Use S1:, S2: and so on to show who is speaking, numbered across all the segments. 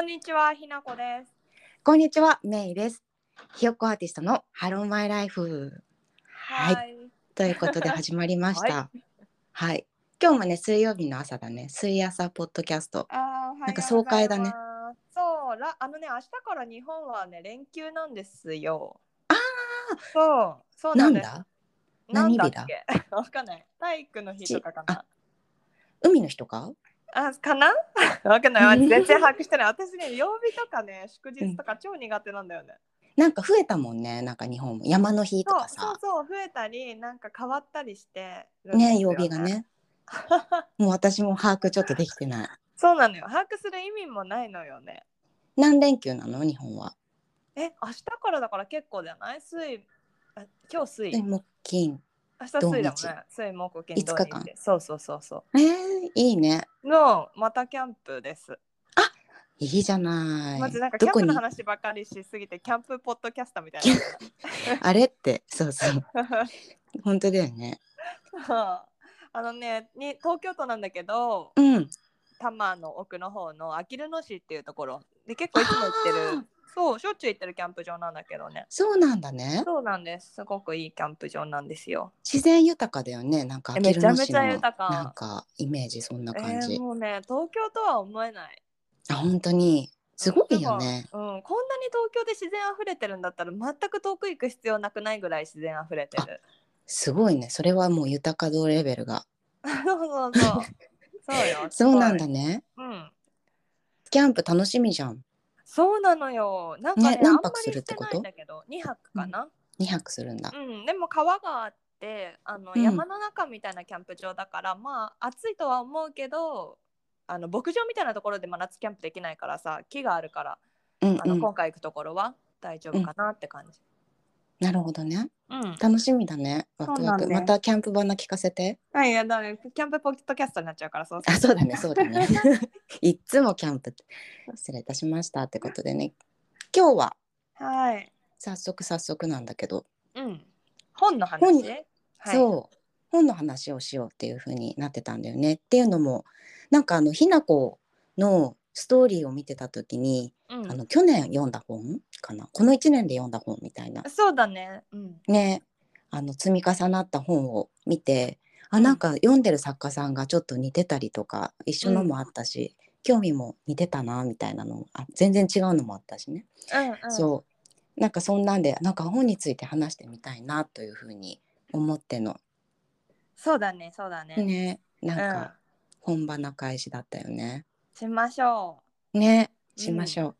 S1: んにちは、ひなこです。
S2: こんにちは、メイです。ひよっこアーティストのハローマイライフはい
S1: い。
S2: とい うことで始まりました。はい、今日もね、水曜日の朝だね。水朝ポッドキャスト。
S1: あー、
S2: なんか爽快だ
S1: おは
S2: ね
S1: ようございます。そう、ら、あのね、明日から日本はね、連休なんですよ。
S2: あ
S1: そう、そう
S2: な
S1: なんんです。
S2: だ？
S1: なんだっ
S2: 何日だ
S1: け。 わかんない。体育の日とかかな。
S2: 海の日とか？
S1: あ、かな。 わかんない。全然把握してない。私ね、曜日とかね、祝日とか超苦手なんだよね。
S2: なんか増えたもんね。なんか日本も山の日と
S1: そう、
S2: か
S1: そう
S2: さ。
S1: そう、増えたり、なんか変わったりしてるんですよ。
S2: ね、曜日がね。もう私も把握ちょっとできてない。
S1: そうなのよ。把握する意味もないのよね。
S2: 何連休なの？日本は？
S1: え、明日からだから結構じゃない水、あ今日水、
S2: で
S1: 明
S2: も金。
S1: 日水だもんね
S2: 土日。
S1: 水、木、金、土
S2: 5日間
S1: 日で。そうそうそうそ
S2: えー、いいね。
S1: う。の、またキャンプです。
S2: いいじゃない。
S1: まずなんかキャ
S2: ど
S1: ン
S2: こ
S1: プの
S2: に
S1: 話ばかりしすぎて、キャンプポッドキャスターみたいになっ
S2: あれってそうそう
S1: た。
S2: 本当だよね。
S1: あのねに、東京都なんだけど、
S2: うん。
S1: 多摩の奥の方のあきる野市っていうところで結構いつも行って
S2: あ
S1: る
S2: ー。
S1: そう、しょっちゅう行ってるキャンプ場なんだけどね。
S2: そうなんだね。
S1: そうなんです。すごくいいキャンプ場なんですよ。
S2: 自然豊かだよね。なんか
S1: え
S2: あきる野
S1: めちゃめ
S2: 市
S1: ちゃ
S2: の
S1: 豊か
S2: なんかイメージそんな感じ。
S1: えーもうね、東京とは思えない。
S2: あ本当にすごいよ
S1: う
S2: ね。
S1: ん、こんなに東京で自然あふれてるんだったら全く遠く行く必要なくないぐらい自然あふれてる。
S2: すごいね。それはもう豊か度レベルが。
S1: そうそうそう。そうよ。
S2: そうなんだね。
S1: すごい。うん。
S2: キャンプ楽しみじゃん。
S1: そうなのよ。なんかね、
S2: ね
S1: あん
S2: 何
S1: ま
S2: 泊す
S1: りし
S2: るっ
S1: て
S2: てこ
S1: な
S2: と
S1: いんだけど、2泊かな。
S2: 2泊するんだ
S1: う。ん、でも川があって、あの
S2: うん
S1: 山の中みたいなキャンプ場だから、まあ暑いとは思うけど、あの牧場みたいなところで真夏キャンプできないからさ、木があるから、
S2: うん
S1: あ
S2: う
S1: の
S2: ん。
S1: 今回行くところは大丈夫かなって感じ。
S2: なるほどね。
S1: うん。
S2: 楽しみだね。ワクワ
S1: そうなん
S2: ク。
S1: です
S2: またキャンプ花聞かせて。
S1: はい、いやだからキャンプポッドキャストになっちゃうからそう
S2: あそう だねそうだね。いっつもキャンプって。失礼いたしましたってことでね。今日は
S1: はい。
S2: 早速早速なんだけど、
S1: うん。本の話。
S2: 本
S1: はい、
S2: そう本の話をしようっていう風になってたんだよねっていうのもなんかあのひなこのストーリーを見てた時に、
S1: う。ん、
S2: あの去年読んだ本かなこの1年で読んだ本みたいな
S1: そうだね。うん。
S2: ねあの積み重なった本を見てあなんか読んでる作家さんがちょっと似てたりとか一緒のもあったし、興味も似てたなみたいなのあ全然違うのもあったしね。
S1: うん、うん。
S2: そうなんかそんなんでなんか本について話してみたいなというふうに思っての
S1: そうだね。そうだね。
S2: ねなん
S1: うん
S2: か。本場な開始だったよね。
S1: しましょ
S2: ねしましょう。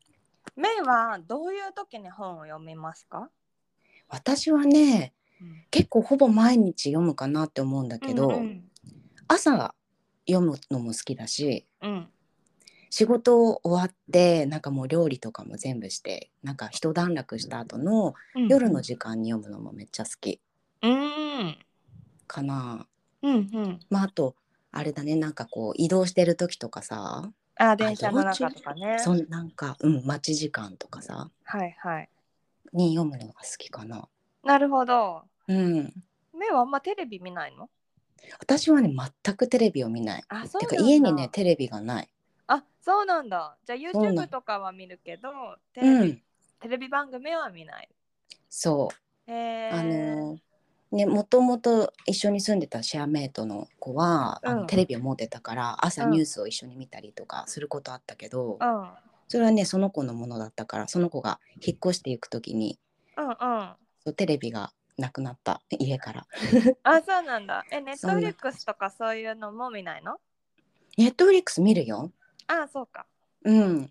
S1: う。メイはどういう時に本を読みますか。
S2: 私はね
S1: うん、
S2: 結構ほぼ毎日読むかなって思うんだけど、
S1: うん。
S2: 朝読むのも好きだし
S1: うん。
S2: 仕事終わってなんかもう料理とかも全部してなんか一段落した後の
S1: うん
S2: 夜の。時間に読むのもめっちゃ好き
S1: うん。
S2: かな。
S1: うん。うん。
S2: まああとあれだねなんかこう移動してる時とかさ
S1: あ、電車の中とかね。
S2: そんなんか、うん、待ち時間とかさ
S1: はい、はい。
S2: に読むのが好きかな。
S1: なるほど。
S2: うん、
S1: メイはあんまテレビ見ないの。
S2: 私はね全くテレビを見ない。
S1: あ、そうな
S2: て
S1: ん
S2: か
S1: だ。
S2: 家にねテレビがない。
S1: あ、そうなんだ。じゃあ
S2: そうな
S1: YouTube
S2: の
S1: とかは見るけど、テレビ、
S2: うん、
S1: テレビ番組は見ない。
S2: そう、
S1: へえ
S2: あのーねもともと一緒に住んでたシェアメイトの子は、あ
S1: うん
S2: のテレビを持ってたから朝
S1: うん
S2: ニュースを一緒に見たりとかすることあったけど、
S1: うん、うん
S2: それはねその子のものだったからその子が引っ越していく時に
S1: うん。あ、
S2: そうテレビがなくなった家から。
S1: そうなんだ。え、ネッ
S2: そ
S1: トフ
S2: ん
S1: リ
S2: な
S1: ックスとかそういうのも見ないの
S2: ネットフリックス見るよ。
S1: あ、そうか。
S2: うん、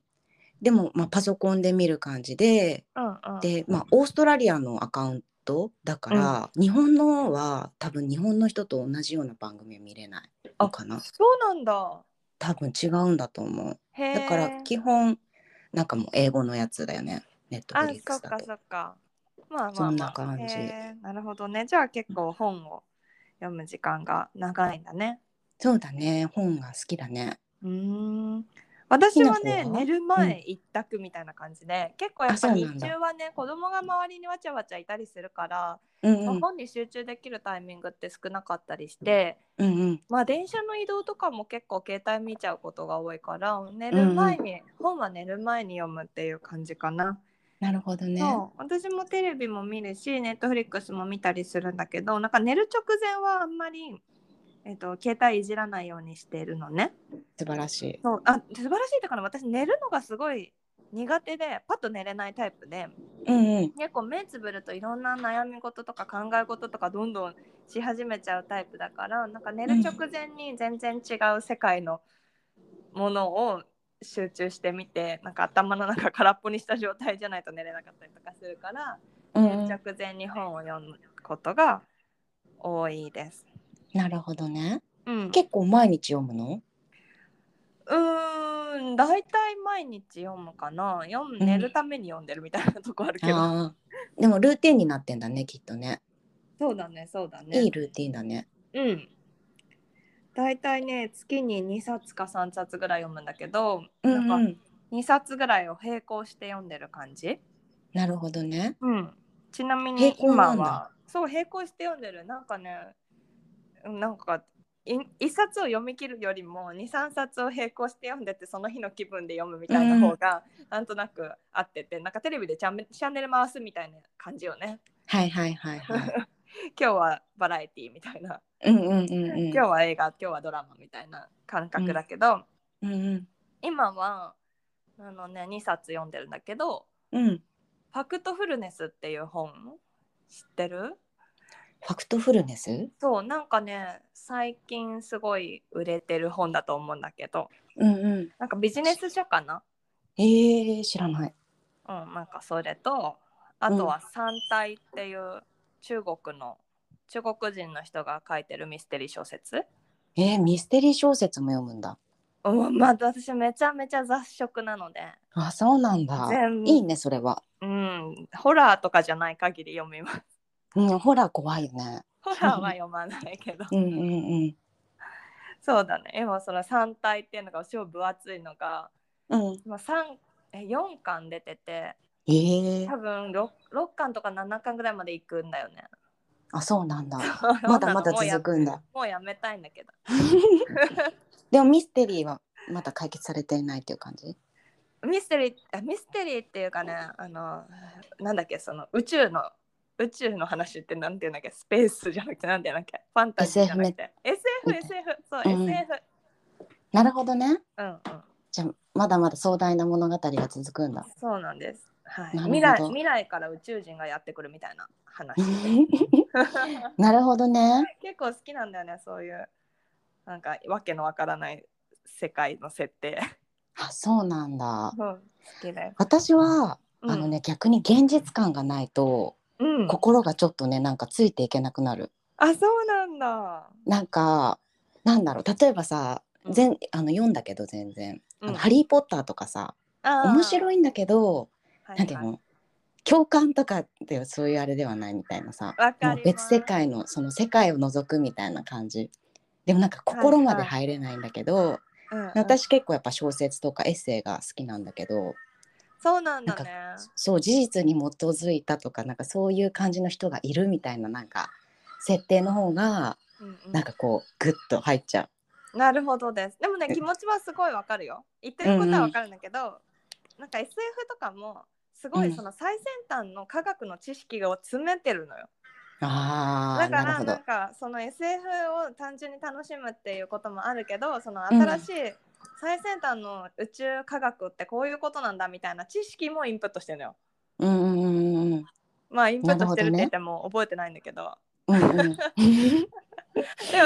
S2: でも、まあ、パソコンで見る感じで
S1: うんうん。
S2: で、まあ、オーストラリアのアカウントだから、日本のは多分日本の人と同じような番組は見れないのかな
S1: そうなんだ。
S2: 多分違うんだと思う
S1: へえ。
S2: だから基本なんかもう英語のやつだよねネット
S1: あ
S2: フリ、ック
S1: そっ
S2: スだ
S1: か
S2: と
S1: そっか。まあまあ、まあ、
S2: そんな感じ
S1: へーなるほどね。じゃあ結構本を読む時間が長いんだね。
S2: そうだね本が好きだね
S1: うーん。私は
S2: 好き
S1: ね
S2: な方は
S1: 寝る前一択みたいな感じで、結構やっぱ
S2: あそう
S1: 日
S2: なんだ
S1: 中はね子供が周りにわちゃわちゃいたりするから、
S2: うん
S1: ま
S2: う
S1: あ
S2: ん
S1: 本に集中できるタイミングって少なかったりして、
S2: うんうん
S1: まあ電車の移動とかも結構携帯見ちゃうことが多いから寝る前に、本は寝る前に読むっていう感じかな。
S2: なるほどね
S1: そう私もテレビも見るしネットフリックスも見たりするんだけどなんか寝る直前はあんまり、えっと携帯いじらないようにしているのね。
S2: 素晴らしい
S1: そうあ素晴らしいだから私寝るのがすごい苦手でパッと寝れないタイプで
S2: うんうん
S1: 結構目つぶるといろんな悩み事とか考え事とかどんどんし始めちゃうタイプだからなんか寝る直前に全然違う世界のものを集中してみてなんか頭の中空っぽにした状態じゃないと寝れなかったりとかするから、
S2: うんうん
S1: 寝る直前に本を読むことが多いです。
S2: なるほどね
S1: うん、
S2: 結構毎日読むの
S1: うーん大体毎日読むかな読む
S2: うん
S1: 寝るために読んでるみたいなとこあるけど、
S2: あーでもルーティンになってんだねきっとね
S1: そうだねそうだね
S2: いいルーティンだね
S1: うん大体ね月に2冊か3冊ぐらい読むんだけど、
S2: う
S1: なんか
S2: ん
S1: 2冊ぐらいを並行して読んでる感じ、
S2: なるほどね
S1: うん、ちなみ
S2: 並
S1: に
S2: 行な
S1: 今
S2: んだ
S1: はそう並行して読んでるなんかねうんなんかい一冊を読み切るよりも23冊を並行して読んでってその日の気分で読むみたいな方がなんとなく合ってて、なんかテレビでチャンネルチャンネル回すみたいな感じよね
S2: はいはいはいはい
S1: 今日はバラエティーみたいな、
S2: うんうんうんうん
S1: 今日は映画今日はドラマみたいな感覚だけど、
S2: うんうん
S1: 今はあのね2冊読んでるんだけど
S2: うん
S1: 「ファクトフルネス」っていう本知ってる
S2: ファクトフルネス
S1: そうなんかね最近すごい売れてる本だと思うんだけど
S2: うんうん
S1: なんかビジネス書かな
S2: えー、知らない
S1: うんなんかそれとあとは「三体」っていう中国の中国人の人が書いてるミステリー小説
S2: えー、ミステリー小説も読むんだ
S1: うんまあ私めちゃめちゃ雑食なので
S2: あそうなんだ
S1: 全
S2: いいねそれは、
S1: うんホラーとかじゃない限り読みます
S2: うん、ホラー怖いよね
S1: ホラーは読まないけど
S2: うんうんうん
S1: そうだね今その三体っていうのが超分厚いのが
S2: うん、
S1: 今三え4巻出てて
S2: えー、
S1: 多分 6, 六巻とか7巻ぐらいまで行くんだよね。
S2: あそうなんだ まだまだ続くんだ
S1: もうやめたいんだけど。
S2: でもミステリーはまだ解決されていないっていう感じ
S1: ミステリーあミステリーっていうかねあのなんだっけその宇宙の宇宙の話ってなんていうんだっけスペースじゃなくてなんていうんだっけファンタジーじゃなくて SF SF そう、
S2: うん
S1: SF
S2: なるほどね
S1: うんうん
S2: じゃあまだまだ壮大な物語が続くん だ
S1: そうなんです。はい、
S2: なるほど
S1: 未来未来から宇宙人がやってくるみたいな 話
S2: なるほどね
S1: 結構好きなんだよねそういうなんかわけのわからない世界の設定
S2: あそうなんだ
S1: うん好きだよ、
S2: 私は、
S1: うん、
S2: あのね逆に現実感がないと
S1: うん
S2: 心がちょっとねなんかついていけなくなる
S1: あそうなんだ、
S2: なんかなんだろう例えばさ
S1: うん
S2: 全あの読んだけど全然「あ
S1: う
S2: の
S1: ん
S2: ハリー・ポッター」とかさ面白
S1: い、
S2: いんだけど
S1: は
S2: なんていうの共感とかってそういうあれではないみたいなさ
S1: わかります
S2: もう別世界のその世界を覗くみたいな感じでもなんか心まで入れないんだけど、
S1: うんうん
S2: 私結構やっぱ小説とかエッセイが好きなんだけど
S1: そうなんだね
S2: そう事実に基づいたとかなんかそういう感じの人がいるみたいななんか設定の方が
S1: うんうん
S2: なんかこうグッと入っちゃう。
S1: なるほどですでもね気持ちはすごいわかるよ言ってることはわかるんだけど、なんか SF とかもすご
S2: う
S1: い
S2: ん
S1: その最先端の科学の知識を詰めてるのよ、
S2: あ
S1: だか
S2: ーなる
S1: ら
S2: ほ
S1: な
S2: ど
S1: ん。かその SF を単純に楽しむっていうこともあるけどその
S2: うん
S1: 新しい最先端の宇宙科学ってこういうことなんだみたいな知識もインプットしてるのよ。
S2: うんうんうんうん
S1: まあインプットしてるって
S2: なるほどね
S1: 言っても覚えてないんだけど
S2: うんうん
S1: でも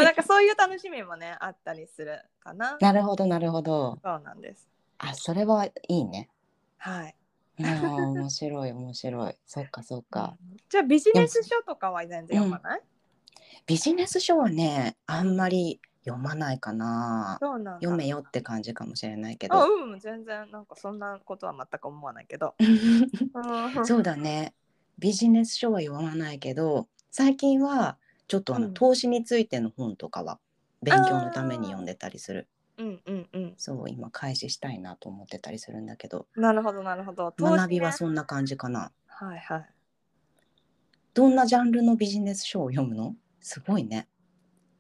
S1: なんかそういう楽しみもねあったりするかな。
S2: なるほどなるほど。
S1: そうなんです。
S2: あそれはいいね。
S1: はい。
S2: あー面白い面白い。そっかそっか。
S1: じゃあビジネス書とかは全然読まない、
S2: ビジネス書はねあんまり読まないかな。
S1: そうなんだ。
S2: 読めよって感じかもしれないけ
S1: あ
S2: ど。
S1: うん全然なんかそんなことは全く思わないけど。うん
S2: そうだね。ビジネス書は読まないけど、最近はちょっとあの、
S1: うん
S2: 投資についての本とかは勉強のために読んでたりする。
S1: うんうんうん
S2: そう今開始したいなと思ってたりするんだけど
S1: なるほどなるほど投資ね
S2: 学びはそんな感じかな。
S1: はいはい
S2: どんなジャンルのビジネス書を読むのすごいね。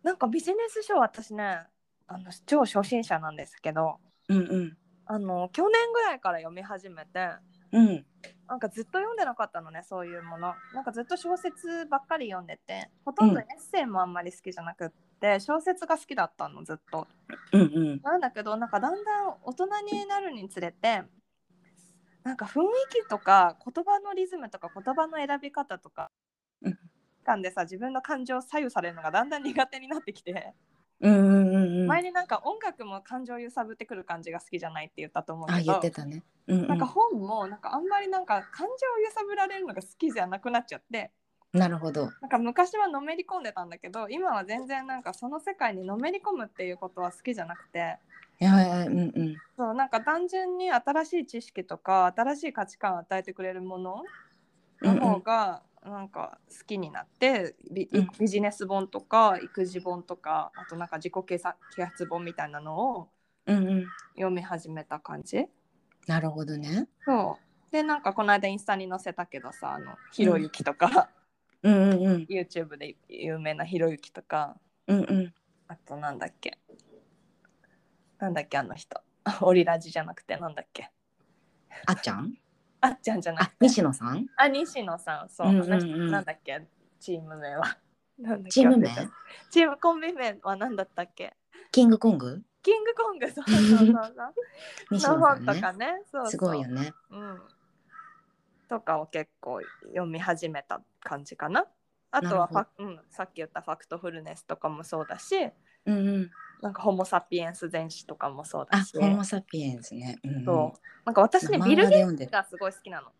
S1: なんかビジネス書私ねあの超初心者なんですけど
S2: うんうん
S1: あの去年ぐらいから読み始めて
S2: うん
S1: なんかずっと読んでなかったのねそういうものなんかずっと小説ばっかり読んでてほとんど
S2: う
S1: エッセイもあんまり好きじゃなくって小説が好きだったのずっと
S2: うんうん
S1: なんだけどなんかだんだん大人になるにつれてなんか雰囲気とか言葉のリズムとか言葉の選び方とか
S2: うん
S1: 感でさ自分の感情を左右されるのがだんだん苦手になってきて、
S2: うんうんうんうん
S1: 前になんか音楽も感情を揺さぶってくる感じが好きじゃないって言ったと思う
S2: あ
S1: けど
S2: 言ってたね。うんうん
S1: なんか本もなんかあんまりなんか感情を揺さぶられるのが好きじゃなくなっちゃって
S2: なるほど。
S1: なんか昔はのめり込んでたんだけど今は全然なんかその世界にのめり込むっていうことは好きじゃなくて
S2: いやいやうんうん
S1: そうなんか単純に新しい知識とか新しい価値観を与えてくれるもの
S2: うんう
S1: の方
S2: ん
S1: がなんか好きになってビ,、
S2: うん
S1: ビジネス本とか育児本とかあとなんか自己啓発啓発本みたいなのを
S2: うんうん
S1: 読み始めた感じ。
S2: なるほどね。
S1: そうでなんかこの間インスタに載せたけどさあのひろゆきとか、
S2: うんうんうん
S1: YouTube で有名なひろゆきとか
S2: うんうん
S1: あとなんだっけなんだっけあの人 オリラジじゃなくてなんだっけ
S2: あっちゃん
S1: あっちゃんじゃな
S2: あ
S1: くて
S2: 西野さん
S1: あ西野さんそう,、
S2: うんうんうん
S1: あの人なんだっけチーム名は なんだっけ
S2: チーム名
S1: 忘れたチームコンビ名は何だったっけ
S2: キングコング
S1: キングコングそうそうそうそう
S2: 西
S1: の
S2: 野さん
S1: 本と
S2: ね
S1: かねそうそう
S2: すごいよね。
S1: うん、とかを結構読み始めた感じかな。あとはフ
S2: な
S1: ァ、うん、さっき言った「ファクトフルネス」とかもそうだし
S2: うんうん
S1: なんか「ホモ・サピエンス全史」とかもそうだ
S2: あ
S1: し
S2: ホモサピエンスね。うんうん
S1: そうなんか私ね
S2: まあ
S1: ビル・
S2: 漫画で
S1: ゲイ
S2: 読んで
S1: ツがすごい好きなの。
S2: ん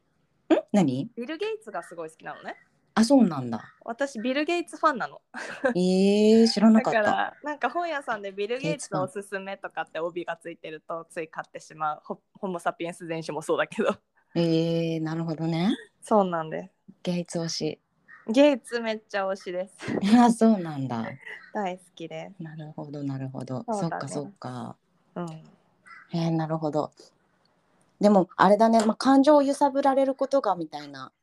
S2: 何
S1: ビル・ゲイツがすごい好きなのね。
S2: あそうなんだ。
S1: 私ビル・ゲイツファンなの。
S2: えー、知らな
S1: だ
S2: かっ
S1: か
S2: た。
S1: らなんか本屋さんでビル・ゲイツのお
S2: ゲ
S1: すすめとかって帯がついてるとつい買ってしまうホホモ・サピエンス全史もそうだけど。
S2: えー、なるほどね。
S1: そうなんで
S2: ゲイツ推し。
S1: す。ゲイツめっちゃ推しです。
S2: あそうなんだ。
S1: 大好きです。
S2: なるほどなるほど。そ,、
S1: そうだね
S2: っかそっか。
S1: うん
S2: えー、なるほど。でもあれだね、まあ、感情を揺さぶられることがみたいな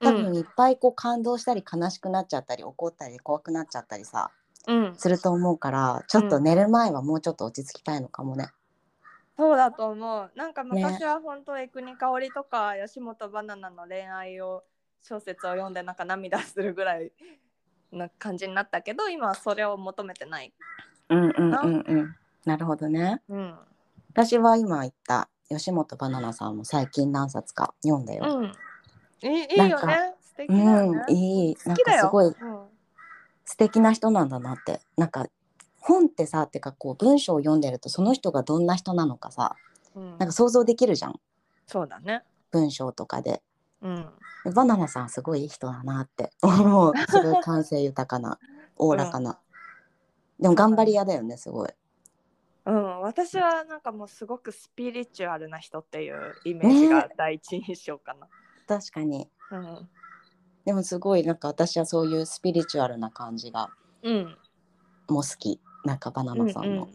S2: 多分いっぱいこう感動したり悲しくなっちゃったり怒ったり怖くなっちゃったりさ
S1: うん、
S2: すると思うからちょっと寝る前はもうちょっと落ち着きたいのかもね。
S1: そうだと思うなんか
S2: ね
S1: 昔は本当に国香織とか吉本ばななの恋愛を小説を読んでなんか涙するぐらいな感じになったけど今はそれを求めてない、
S2: うんうんうんうん。なるほどね。
S1: うん、
S2: 私は今言った吉本ばななさんも最近何冊か読んだよ。
S1: うんいいいい
S2: な
S1: よ
S2: んか
S1: ね素敵
S2: う
S1: だよ
S2: ん、
S1: ね、
S2: いいな
S1: 好
S2: ん
S1: きだ
S2: か
S1: よ
S2: すごい
S1: うん
S2: 素敵な人なんだなってなんか本ってさってかこう文章を読んでるとその人がどんな人なのかさ
S1: うん
S2: なんか想像できるじゃん
S1: そうだね
S2: 文章とかで。
S1: うん
S2: バナナさんすごいいい人だなって思うすごい感性豊か なおおらかな、でも頑張り屋だよねすごい
S1: うん、私はなんかもうすごくスピリチュアルな人っていうイメージが第一印象かな。
S2: 確かに
S1: うん、
S2: でもすごいなんか私はそういうスピリチュアルな感じが
S1: うん、
S2: もう好きなんかバナ
S1: うん
S2: ナさんの、
S1: うん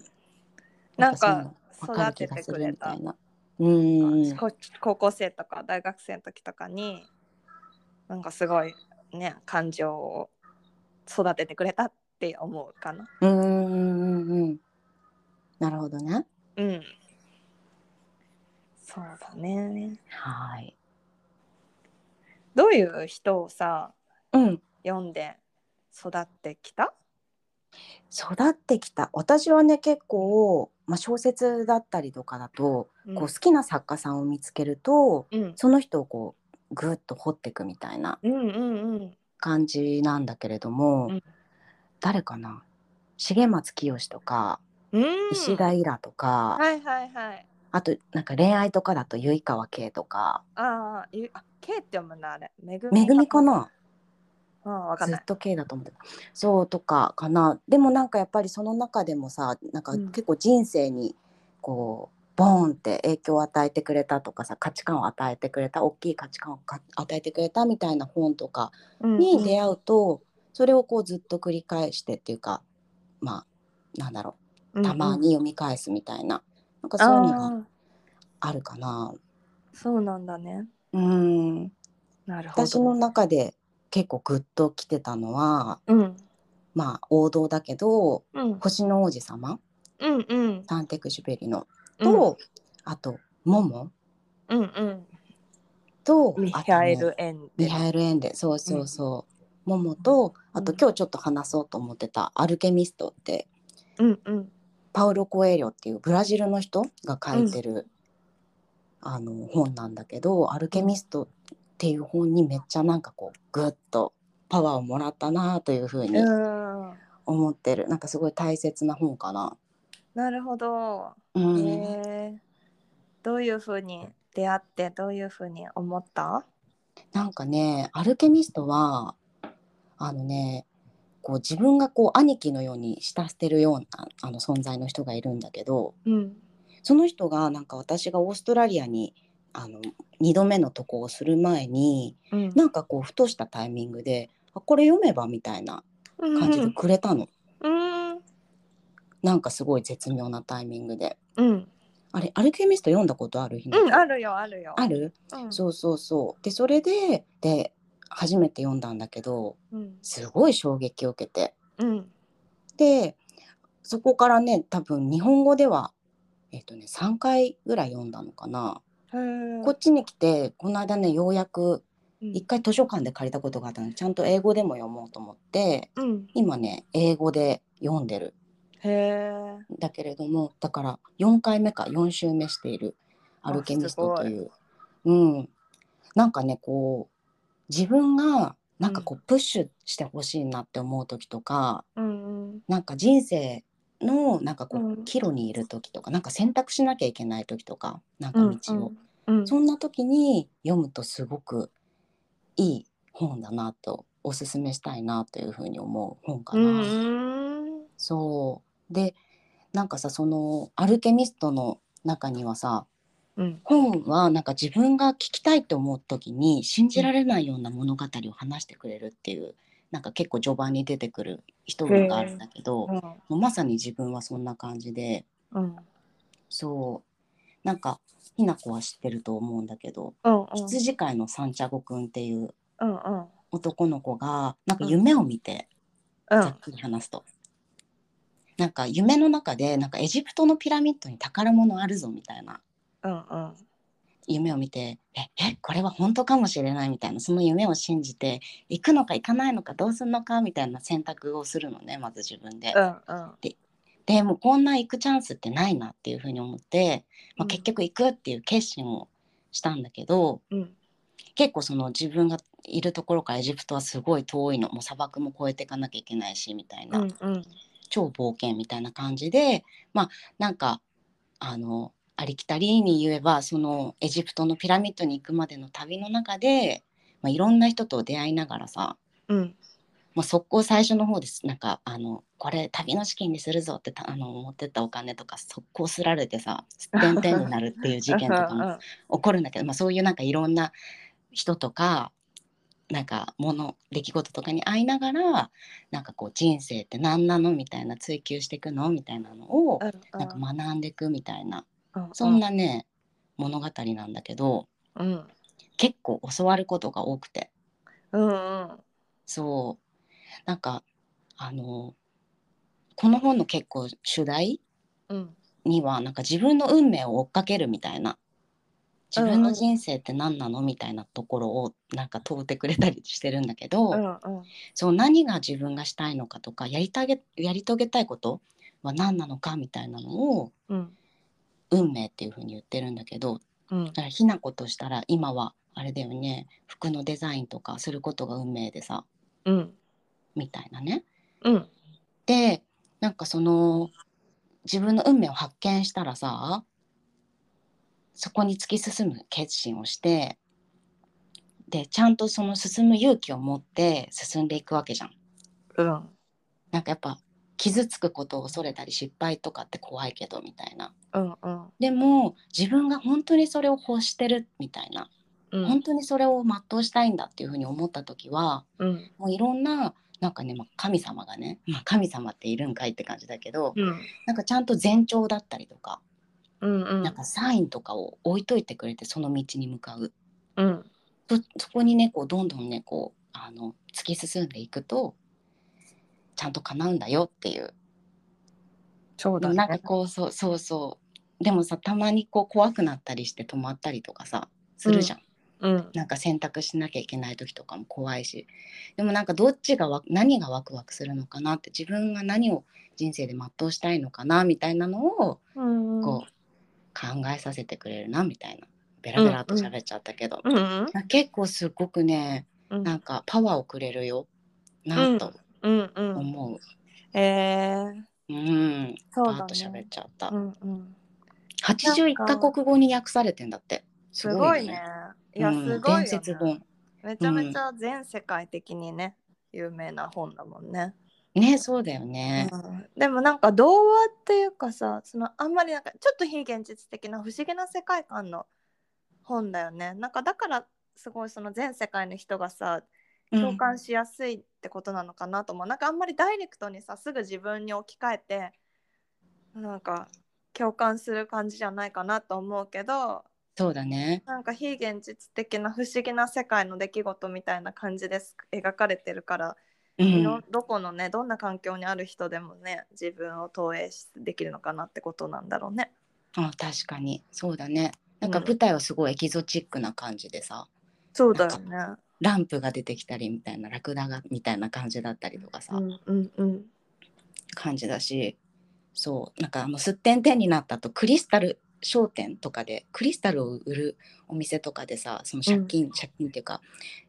S1: なんか
S2: そういうのわ
S1: 育て
S2: る気が
S1: て
S2: す
S1: く
S2: る
S1: れ
S2: みた
S1: た
S2: いなうん
S1: こ高校生とか大学生の時とかになんかすごいね感情を育ててくれたって思うかな。
S2: うんうんうんうんなるほどね
S1: うん。そうだね。
S2: はい
S1: どういう人をさ
S2: うん
S1: 読んで育ってきた？
S2: 育ってきた私はね結構、まあ、小説だったりとかだと、
S1: うん
S2: こう好きな作家さんを見つけると
S1: うん
S2: その人をこうぐっと掘っていくみたいな
S1: うんうんうん
S2: 感じなんだけれども、
S1: うん
S2: 誰かな重松清とか
S1: うん。
S2: 石田イラとか、
S1: はいはいはい。
S2: あとなんか恋愛とかだと結川慶とか
S1: ああ、ゆあ、K って読むんだあれ。めぐみ
S2: めぐみかな
S1: ああ、わかん
S2: ずっ
S1: ない。
S2: と慶だと思ってたそうとかかなでもなんかやっぱりその中でもさなんか
S1: うん
S2: 結構人生にこうボーンって影響を与えてくれたとかさ価値観を与えてくれた大きい価値観をか与えてくれたみたいな本とかに出会うと、それをこうずっと繰り返してっていうかまあなんだろうたまに読み返すみたいな,、なんかそういうのが
S1: あー
S2: あるかな。
S1: そうなんだね
S2: うん
S1: なるほど
S2: 私の中で結構グッときてたのは
S1: うん
S2: まあ王道だけど
S1: うん
S2: 「星の王子様
S1: うんうん
S2: サンテクジュベリの」と、あと「モモ
S1: うんうん」
S2: と
S1: ミ
S2: あとね
S1: ハエル・エンデ
S2: ミハエル・エンデそうそうそう、モモとあと
S1: うん
S2: 今日ちょっと話そうと思ってた「アルケミスト」って
S1: うんうん
S2: パウロ・コエリョっていうブラジルの人が書いてる、あの本なんだけど「アルケミスト」っていう本にめっちゃなんかこうグッとパワーをもらったなというふうに
S1: うん
S2: 思ってる、なんかすごい大切な本かな。
S1: なるほど
S2: うん
S1: えー、どういうふうに出会ってどういうふうに思った
S2: なんかね「アルケミストは」あのねこう自分がこう兄貴のように慕してるようなあの存在の人がいるんだけど
S1: うん
S2: その人がなんか私がオーストラリアにあの2度目の渡航をする前に
S1: うん
S2: なんかこうふとしたタイミングであこれ読めばみたいな感じでくれたの、
S1: うん
S2: なんかすごい絶妙なタイミングで
S1: うん
S2: あれアルケミスト読んだことある日
S1: うんあるよあるよ
S2: ある
S1: うん
S2: そうそうそうでそれでで初めて読んだんだけど
S1: うん
S2: すごい衝撃を受けて
S1: うん
S2: でそこからね多分日本語ではえっ、とね3回ぐらい読んだのかな、
S1: へー
S2: こっちに来てこの間ねようやく
S1: うん
S2: 一回図書館で借りたことがあったのでちゃんと英語でも読もうと思って
S1: うん
S2: 今ね英語で読んでる
S1: へえ
S2: んだけれどもだから4回目か4週目している「アルケミスト」
S1: あすご
S2: と
S1: い
S2: いううんなんかねこう自分がなんかこうプッシュしてほしいなって思う時とか、
S1: うんうん
S2: なんか人生のなんかこ
S1: うん
S2: う岐路にいる時とかなんか選択しなきゃいけない時とかなんか道を、
S1: うんうん
S2: そんな時に読むとすごくいい本だなとおすすめしたいなというふうに思う本か
S1: う
S2: な。
S1: ん
S2: そうでなんかさそのアルケミストの中にはさ
S1: うん
S2: 本はなんか自分が聞きたいと思う時に信じられないような物語を話してくれるっていうなんか結構序盤に出てくる一文があるんだけど、もうまさに自分はそんな感じで
S1: うん
S2: そうなんかひなこは知ってると思うんだけど、
S1: うんうん
S2: 羊飼いのサンチャゴくんっていう
S1: うんうん
S2: 男の子がなんか
S1: うん
S2: 夢を見て、
S1: う
S2: ざ
S1: ん
S2: っくり話すと。なんか夢の中でなんかエジプトのピラミッドに宝物あるぞみたいな
S1: うんうん
S2: 夢を見てええこれは本当かもしれないみたいなその夢を信じて行くのか行かないのかどうするのかみたいな選択をするのねまず自分で。
S1: うんうん
S2: でもうこんな行くチャンスってないなっていうふうに思って、
S1: う
S2: まあ、
S1: ん
S2: 結局行くっていう決心をしたんだけど、
S1: うん
S2: 結構その自分がいるところからエジプトはすごい遠いのもう砂漠も越えていかなきゃいけないしみたいな、
S1: うんうん
S2: 超冒険みたいな感じでまあなんかあのありきたりに言えばそのエジプトのピラミッドに行くまでの旅の中で、まあ、いろんな人と出会いながらさ、
S1: うん
S2: もう速攻最初の方ですなんかあのこれ旅の資金にするぞってたあの持ってったお金とか速攻すられてさすってんてんになるって いう事件とかも起こるんだけど、まあ、そういうなんかいろんな人とかなんか物出来事とかに会いながらなんかこう人生って何なのみたいな追求していくのみたいなのを
S1: うん
S2: なんか学んでいくみたいな
S1: うんうん
S2: そんなね物語なんだけど
S1: うん
S2: 結構教わることが多くて。
S1: うんうん
S2: そうなんかあのこの本の結構主題
S1: うん
S2: にはなんか自分の運命を追っかけるみたいな自分
S1: うんう
S2: の
S1: ん
S2: 人生って何なのみたいなところをなんか問うてくれたりしてるんだけど、
S1: うんうん
S2: そう何が自分がしたいのかとかやりたげやり遂げたいことは何なのかみたいなのを
S1: うん
S2: 運命っていうふうに言ってるんだけど
S1: うん
S2: だからひなことしたら今はあれだよね服のデザインとかすることが運命でさ
S1: うん
S2: みたいなね。
S1: うん
S2: でなんかその自分の運命を発見したらさそこに突き進む決心をしてでちゃんとその進む勇気を持って進んでいくわけじゃん。
S1: うん
S2: なんかやっぱ傷つくことを恐れたり失敗とかって怖いけどみたいな。
S1: うんうん
S2: でも自分が本当にそれを欲してるみたいな
S1: うん
S2: 本当にそれを全うしたいんだっていうふうに思った時は
S1: うん
S2: もういろんななんかね、まあ、神様がね、まあ、神様っているんかいって感じだけど、
S1: うん
S2: なんかちゃんと前兆だったりとか、
S1: うんうん
S2: なんかサインとかを置いといてくれてその道に向かう
S1: うん
S2: そそこにねこうどんどんねこうあの突き進んでいくとちゃんと叶うんだよっていう
S1: そう
S2: で
S1: だ
S2: も
S1: ね
S2: なんかこうそうそうそうでもさたまにこう怖くなったりして止まったりとかさするじゃん、
S1: うん
S2: なんか選択しなきゃいけない時とかも怖いしでもなんかどっちがわ何がワクワクするのかなって自分が何を人生で全うしたいのかなみたいなのを
S1: うん
S2: こう考えさせてくれるなみたいなベラベラと喋っちゃったけど、
S1: うんうん
S2: 結構すごくね
S1: うん
S2: なんかパワーをくれるよなと
S1: うんうん
S2: 思
S1: えー
S2: う。うん、
S1: そ
S2: パ
S1: う
S2: ー
S1: だ
S2: ッと喋っ
S1: ね
S2: ちゃった
S1: う。んうん
S2: 八十一カ国語に訳されてんだって。す
S1: すご
S2: ごい
S1: い
S2: よ
S1: ね
S2: ね。
S1: いや
S2: う
S1: す
S2: ん
S1: ごいよね
S2: 伝説本。
S1: めちゃめちゃ全世界的にね、有名な本だもんね、
S2: ね、そうだよね。
S1: うんでもなんか童話っていうかさそのあんまりなんかちょっと非現実的な不思議な世界観の本だよねなんかだからすごいその全世界の人がさ
S2: うん
S1: 共感しやすいってことなのかなと思う、なんかあんまりダイレクトにさすぐ自分に置き換えてなんか共感する感じじゃないかなと思うけど
S2: そうだね。
S1: なんか非現実的な不思議な世界の出来事みたいな感じです描かれてるから、
S2: う
S1: いろ
S2: ん、
S1: どこのねどんな環境にある人でもね自分を投影しできるのかなってことなんだろうね。
S2: あ、確かに。そうだね。なんか
S1: うん
S2: 舞台はすごいエキゾチックな感じでさ。
S1: そうだよね。
S2: ランプが出てきたりみたいなラクダがみたいな感じだったりとかさ、
S1: うんうんうん。
S2: 感じだしそうなんかあのすってんてんになったとクリスタル商店とかでクリスタルを売るお店とかでさその借金、借金っていうか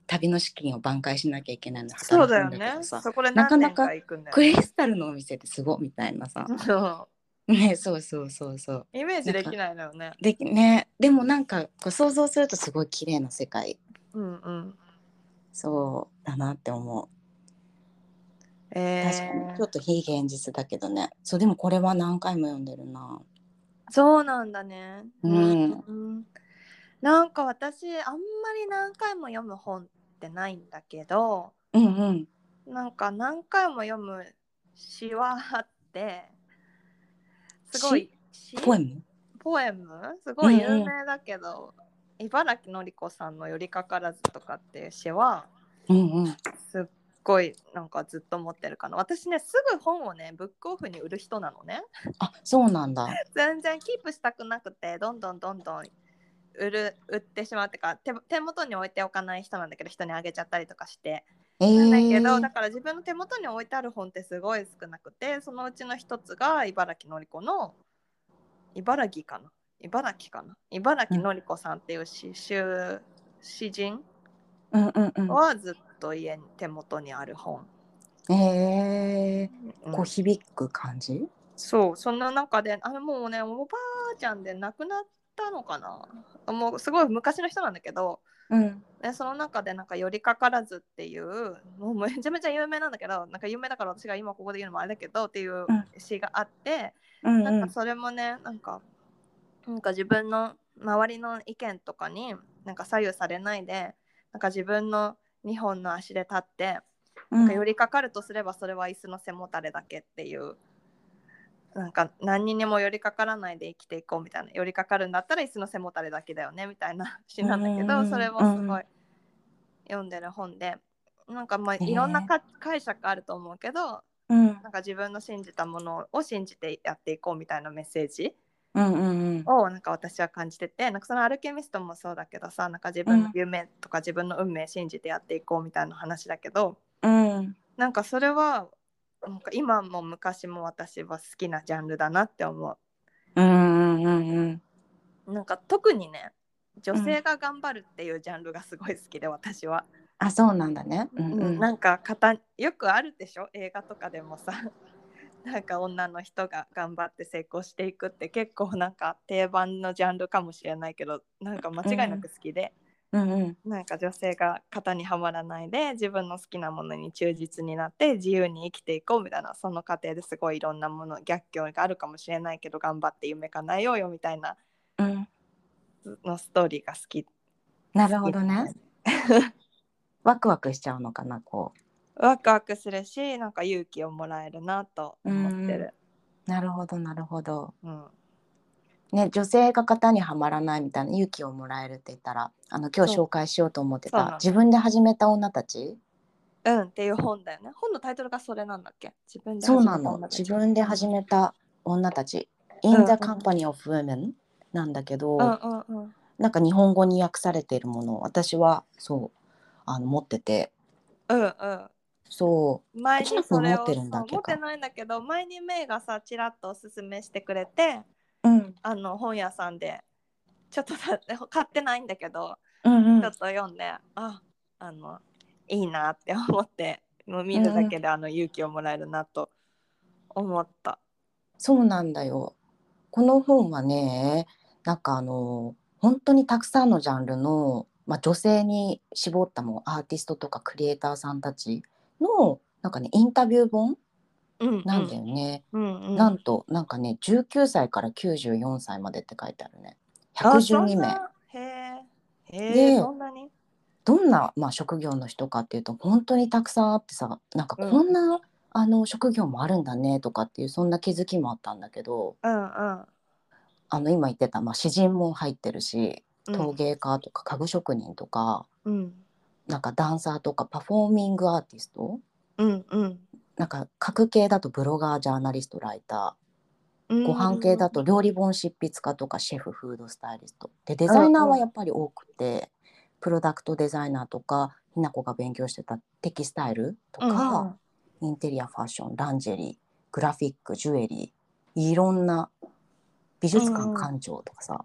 S2: 旅の資金を挽回しなきゃいけないの
S1: そうだよ
S2: くん
S1: ね。
S2: さ、
S1: そこで
S2: なか
S1: 何
S2: な
S1: 年
S2: か
S1: か行くんだよ
S2: ク
S1: ね、
S2: リスタルのお店ってすごいみたいなさ、
S1: そ
S2: ねそうそうそうそう
S1: うイメージできないのよね。
S2: でねでもなんかこう想像するとすごい綺麗な世界
S1: うんうん。
S2: そうだなって思う。
S1: え
S2: 確かにちょ
S1: ー
S2: っと非現実だけどねそうでもこれは何回も読んでるな
S1: そうなんだね。
S2: うん
S1: うんなんか私あんまり何回も読む本ってないんだけど
S2: うんうん
S1: なんか何回も読む詩はあってすごい詩
S2: ポエム
S1: ポエムすごい有名だけど、茨城のり子さんの「よりかからず」とかっていう詩は
S2: うんうん
S1: すっごいなんかずっと持ってるかな私ねすぐ本をねブックオフに売る人なのね
S2: あそうなん だ
S1: 全然キープしたくなくてどんどんどんどん売る売ってしまうってか手手元に置いておかない人なんだけど人にあげちゃったりとかして
S2: え
S1: なん
S2: ー、
S1: だけど、だから自分の手元に置いてある本ってすごい少なくてそのうちの一つが茨城のり子の茨城かな茨城かな茨城のり子さんっていう詩集詩人
S2: うんうんう
S1: はずっと家に手元にある本、
S2: んえ
S1: う
S2: ー、
S1: ん
S2: こう響く感じ
S1: そうその中であもうねおばあちゃんで亡くなったのかなもうすごい昔の人なんだけど
S2: うん
S1: でその中でなんか「寄りかからず」っていうもうめちゃめちゃ有名なんだけどなんか有名だから私が今ここで言うのもあれだけどっていう
S2: うん
S1: 詩があって、
S2: うんう
S1: なん
S2: ん
S1: かそれもねなんかなんか自分の周りの意見とかになんか左右されないでなんか自分の2本の足で立って
S2: う
S1: なん
S2: ん
S1: か寄りかかるとすればそれは椅子の背もたれだけっていうなんか何にも寄りかからないで生きていこうみたいな寄りかかるんだったら椅子の背もたれだけだよねみたい な詩なんだけ
S2: うんうんう
S1: ど
S2: ん
S1: それをすごい読んでる本でなんかまあ
S2: ねえ
S1: いろんなか解釈あると思うけど
S2: うん
S1: なんか自分の信じたものを信じてやっていこうみたいなメッセージ
S2: うんうん
S1: をなんか私は感じててなんかそのアルケミストもそうだけどさなんか自分の夢とか自分の運命信じてやっていこうみたいな話だけど、
S2: うん
S1: なんかそれはなんか今も昔も私は好きなジャンルだなって思
S2: うんうんうん
S1: うなんか特にね女性が頑張るっていうジャンルがすごい好きで私は、
S2: あそうなんだねうんう
S1: うん
S2: ん
S1: なんか型よくあるでしょ映画とかでもさ なんか女の人が頑張って成功していくって結構なんか定番のジャンルかもしれないけどなんか間違いなく好きで、
S2: うんうん
S1: なんか女性が型にはまらないで自分の好きなものに忠実になって自由に生きていこうみたいなその過程ですごいいろんなもの逆境があるかもしれないけど頑張って夢叶えようよみたいな
S2: うん
S1: のストーリーが好き
S2: なるほどねワクワクしちゃうのかなこ
S1: ワクワクするしなんか勇気をもらえるなと思ってる。
S2: なるほどなるほど。
S1: うん
S2: ね、女性が型にはまらないみたいな勇気をもらえるって言ったらあの今日
S1: そう
S2: 紹介しようと思って
S1: そうな
S2: た
S1: の
S2: 自分で始めた女たち
S1: うんっていう本だよね。本のタイトルがそれなんだっけ自分で
S2: そうな
S1: た
S2: の
S1: んだっけ
S2: 自分で始めた女たち
S1: う
S2: In
S1: ん
S2: the company of women なんだけ
S1: う
S2: ど、
S1: んうんうん。
S2: なんか日本語に訳されているものを私はそうあの持ってて
S1: うんうん。
S2: そ
S1: 前にそれ
S2: 持っ
S1: を
S2: てるんだっ
S1: そう
S2: け
S1: 持
S2: か
S1: ってないんだけど前にメイがさちらっとおすすめしてくれて
S2: う、うん、
S1: あの本屋さんでちょっとだって 買ってないんだけど、
S2: うん
S1: ちょっと読んでああのいいなって思ってもう見るだけであの勇気をもらえるなと思った。
S2: そうなんだよこの本はねなんかあの本当にたくさんのジャンルの、まあ、女性に絞ったもうアーティストとかクリエイターさんたちのなんかねインタビュー本
S1: うんうん、
S2: なんだよね、
S1: うんうん、
S2: なんとなんかね19歳から94歳までって書いてあるね
S1: あ。そん
S2: 112名
S1: なへえ。へえ。
S2: で
S1: そんなに。
S2: どんな、まあ、職業の人かっていうと本当にたくさんあってさなんか
S1: うん
S2: こんな、あの職業もあるんだねとかっていうそんな気づきもあったんだけど
S1: うんうん。
S2: あの今言ってた、まあ、詩人も入ってるし
S1: うん
S2: 陶芸家とか家具職人とか、
S1: うん。
S2: なんかダンサーとかパフォーミングアーティスト
S1: うんうん。
S2: なんか各系だとブロガージャーナリストライタ
S1: うん
S2: ーご飯系だと料理本執筆家とかシェフフードスタイリストでデザイナーはやっぱり多くてプロダクトデザイナーとかひなこが勉強してたテキスタイルとか。インテリア、ファッション、ランジェリー、グラフィック、ジュエリー、いろんな美術
S1: うんう
S2: 館
S1: ん
S2: 館長とかさ、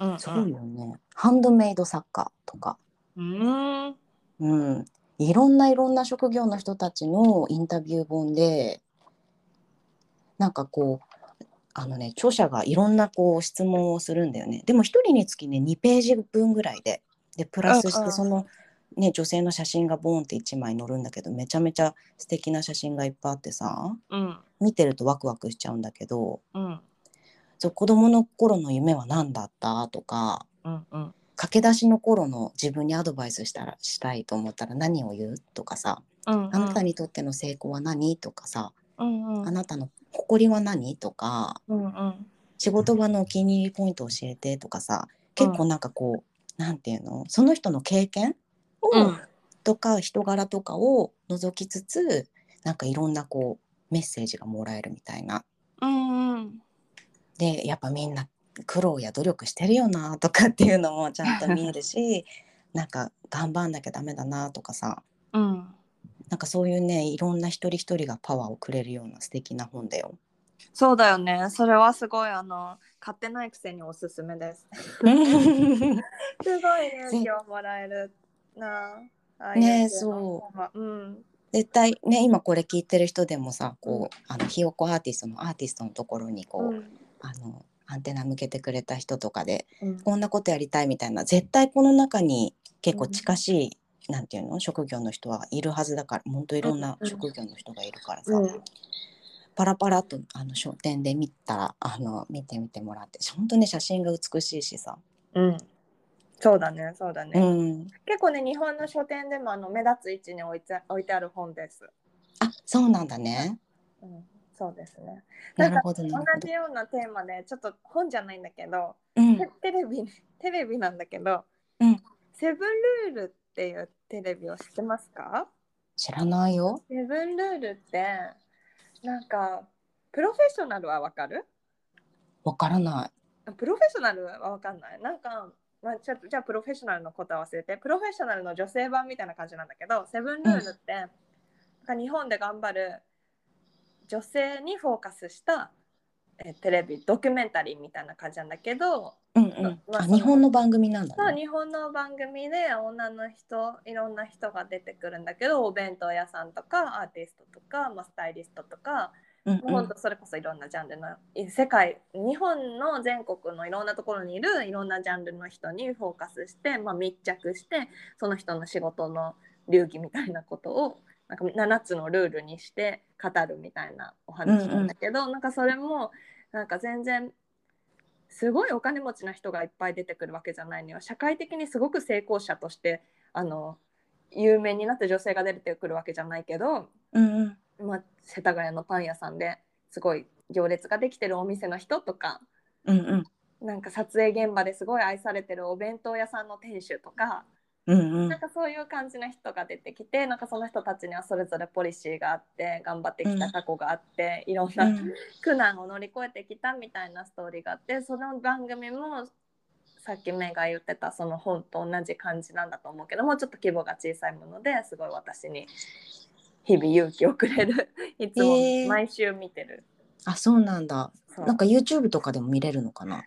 S1: うんうん、
S2: すごいよね。ハンドメイド作家とか、
S1: うんうん
S2: うん、いろんないろんな職業の人たちのインタビュー本で、なんかこう、あのね、著者がいろんなこう質問をするんだよね。でも一人につきね、2ページ分ぐらいで、でプラス
S1: うん
S2: し
S1: うん
S2: てその、ね、女性の写真がボーンって1枚載るんだけど、めちゃめちゃ素敵な写真がいっぱいあってさ。
S1: うん
S2: 見てるとワクワクしちゃうんだけど
S1: うん
S2: そう子供の頃の夢は何だったとか
S1: うんうん
S2: 駆け出しの頃の自分にアドバイスしたらしたいと思ったら何を言うとかさ
S1: うん
S2: あなたにとっての成功は何とかさ
S1: うんうん
S2: あなたの誇りは何とか
S1: うんうん
S2: 仕事場のお気に入りポイント教えてとかさ結構なんかこう、なんていうのその人の経験を、
S1: うん
S2: とか人柄とかを覗きつつなんかいろんなこうメッセージがもらえるみたいな
S1: うんうん
S2: でやっぱみんな苦労や努力してるよなとかっていうのもちゃんと見える しなんか頑張んなきゃダメだなとかさ
S1: うん
S2: なんかそういうねいろんな一人一人がパワーをくれるような素敵な本だよ。
S1: そうだよねそれはすごいあの買ってないくせにおすすめです すごいね
S2: ぜ
S1: 今日もらえるなああ
S2: ねえ
S1: ううん
S2: 絶対ね今これ聞いてる人でもさこうあのひよこアーティストのアーティストのところにこう、
S1: うん
S2: あのアンテナ向けてくれた人とかで
S1: うん
S2: こんなことやりたいみたいな絶対この中に結構近しい、なんていうの職業の人はいるはずだから本当いろんな職業の人がいるからさ、
S1: うん
S2: パラパラっとあの書店で見たらあの見てみてもらって本当に写真が美しいしさ、
S1: うんそうだねそうだね、
S2: うん、
S1: 結構ね日本の書店でもあの目立つ位置に置いて置いてある本です
S2: あそうなんだね
S1: うんそうですねな
S2: なんる
S1: か
S2: ほどな
S1: 同
S2: るほど
S1: じようなテーマでちょっと本じゃないんだけど、
S2: うん
S1: テテレビテレビなんだけど、
S2: うん
S1: セブンルールっていうテレビを知ってますか
S2: 知らないよ
S1: セブンルールってなんかプロフェッショナルはわかる
S2: わからな
S1: プロフェッショナルはわかんないなんか、まあ、ちょっとじゃあプロフェッショナルのことは忘れてプロフェッショナルの女性版みたいな感じなんだけどセブンルールって、なんか日本で頑張る女性にフォーカスしたえーテレビドキュメンタリーみたいな感じなんだけど、
S2: いうんうん
S1: まあ
S2: あ
S1: その
S2: 日本の番組なん
S1: そ
S2: だ
S1: う
S2: ね
S1: 日本の番組で女の人いろんな人が出てくるんだけどお弁当屋さんとかアーティストとか、まあ、スタイリストとか、
S2: うん
S1: もう本当それこそいろんなジャンルのい世界日本の全国のいろんなところにいるいろんなジャンルの人にフォーカスして、まあ、密着してその人の仕事の流儀みたいなことをなんか7つのルールにして語るみたいなお話なんだけど、なんかそれもなんか全然すごいお金持ちな人がいっぱい出てくるわけじゃないのよ社会的にすごく成功者としてあの有名になって女性が出てくるわけじゃないけど、
S2: うんうん
S1: まあ、世田谷のパン屋さんですごい行列ができてるお店の人とか
S2: うんうん
S1: なんか撮影現場ですごい愛されてるお弁当屋さんの店主とか、
S2: うん
S1: なんかそういう感じの人が出てきてなんかその人たちにはそれぞれポリシーがあって頑張ってきた過去があって、いろんな苦難を乗り越えてきたみたいなストーリーがあってその番組もさっきメイが言ってたその本と同じ感じなんだと思うけどもうちょっと規模が小さいものですごい私に日々勇気をくれ るいつも
S2: へー
S1: 毎週見てる。
S2: あそうなんだ
S1: そう
S2: なんか YouTube とかでも見れるの かな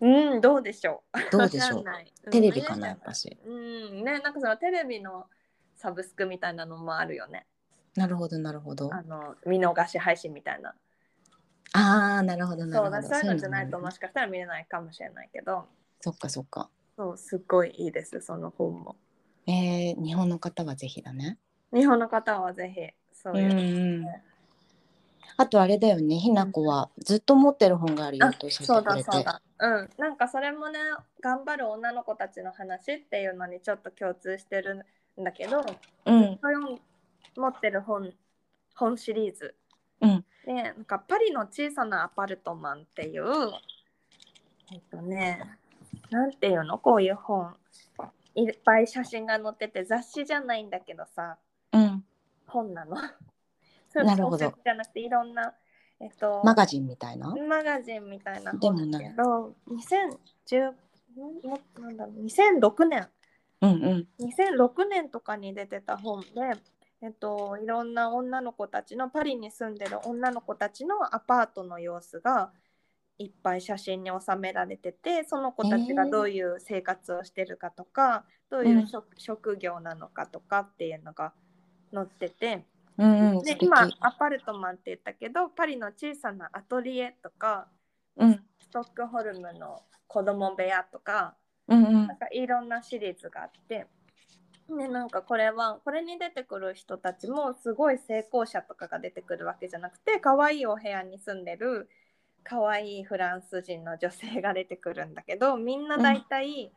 S1: うんどうでしょう
S2: どうでしょ
S1: わ
S2: う
S1: かんない
S2: テレビかなや
S1: うん
S2: っぱし
S1: うんねなんかそのテレビのサブスクみたいなのもあるよね
S2: なるほどなるほど
S1: あ
S2: あ
S1: の見逃し配信みたいな
S2: あーなるほどな
S1: そう
S2: るほ
S1: だ
S2: ど
S1: そういうのじゃないと
S2: そういうのもある
S1: もしかしたら見れないかもしれないけど
S2: そっかそっか
S1: そうすっごいいいですその本も
S2: えー、日本の方はぜひだね
S1: 日本の方はぜひそういう、
S2: うんうんあとあれだよねひなこはずっと持ってる本があるよ
S1: あ
S2: と教えて
S1: そう
S2: く
S1: だ
S2: れ
S1: そう
S2: て
S1: だうんなんかそれもね頑張る女の子たちの話っていうのにちょっと共通してるんだけど、
S2: うん
S1: そういう持ってる本本シリーズ、
S2: うん
S1: でなんかパリの小さなアパルトマンっていうえっとねなんていうのこういう本いっぱい写真が載ってて雑誌じゃないんだけどさ
S2: うん
S1: 本なの そう
S2: なるほど
S1: 小説じゃなくていろんなえっと
S2: マガジンみたいな
S1: マガジンみたいな
S2: でも
S1: 本
S2: な
S1: だけど2010んもなんだろう2006年
S2: うんうん
S1: 2006年とかに出てた本で、えっと、いろんな女の子たちのパリに住んでる女の子たちのアパートの様子がいっぱい写真に収められててその子たちがどういう生活をしてるかとか、どういう職,、職業なのかとかっていうのが載ってて
S2: うんうん素
S1: で
S2: 敵
S1: 今アパルトマンって言ったけどパリの小さなアトリエとか
S2: うん
S1: ストックホルムの子供部屋とか
S2: うんうん
S1: なんかいろんなシリーズがあって、ね、なんかこれはこれに出てくる人たちもすごい成功者とかが出てくるわけじゃなくて可愛いお部屋に住んでる可愛いフランス人の女性が出てくるんだけどみんな大体、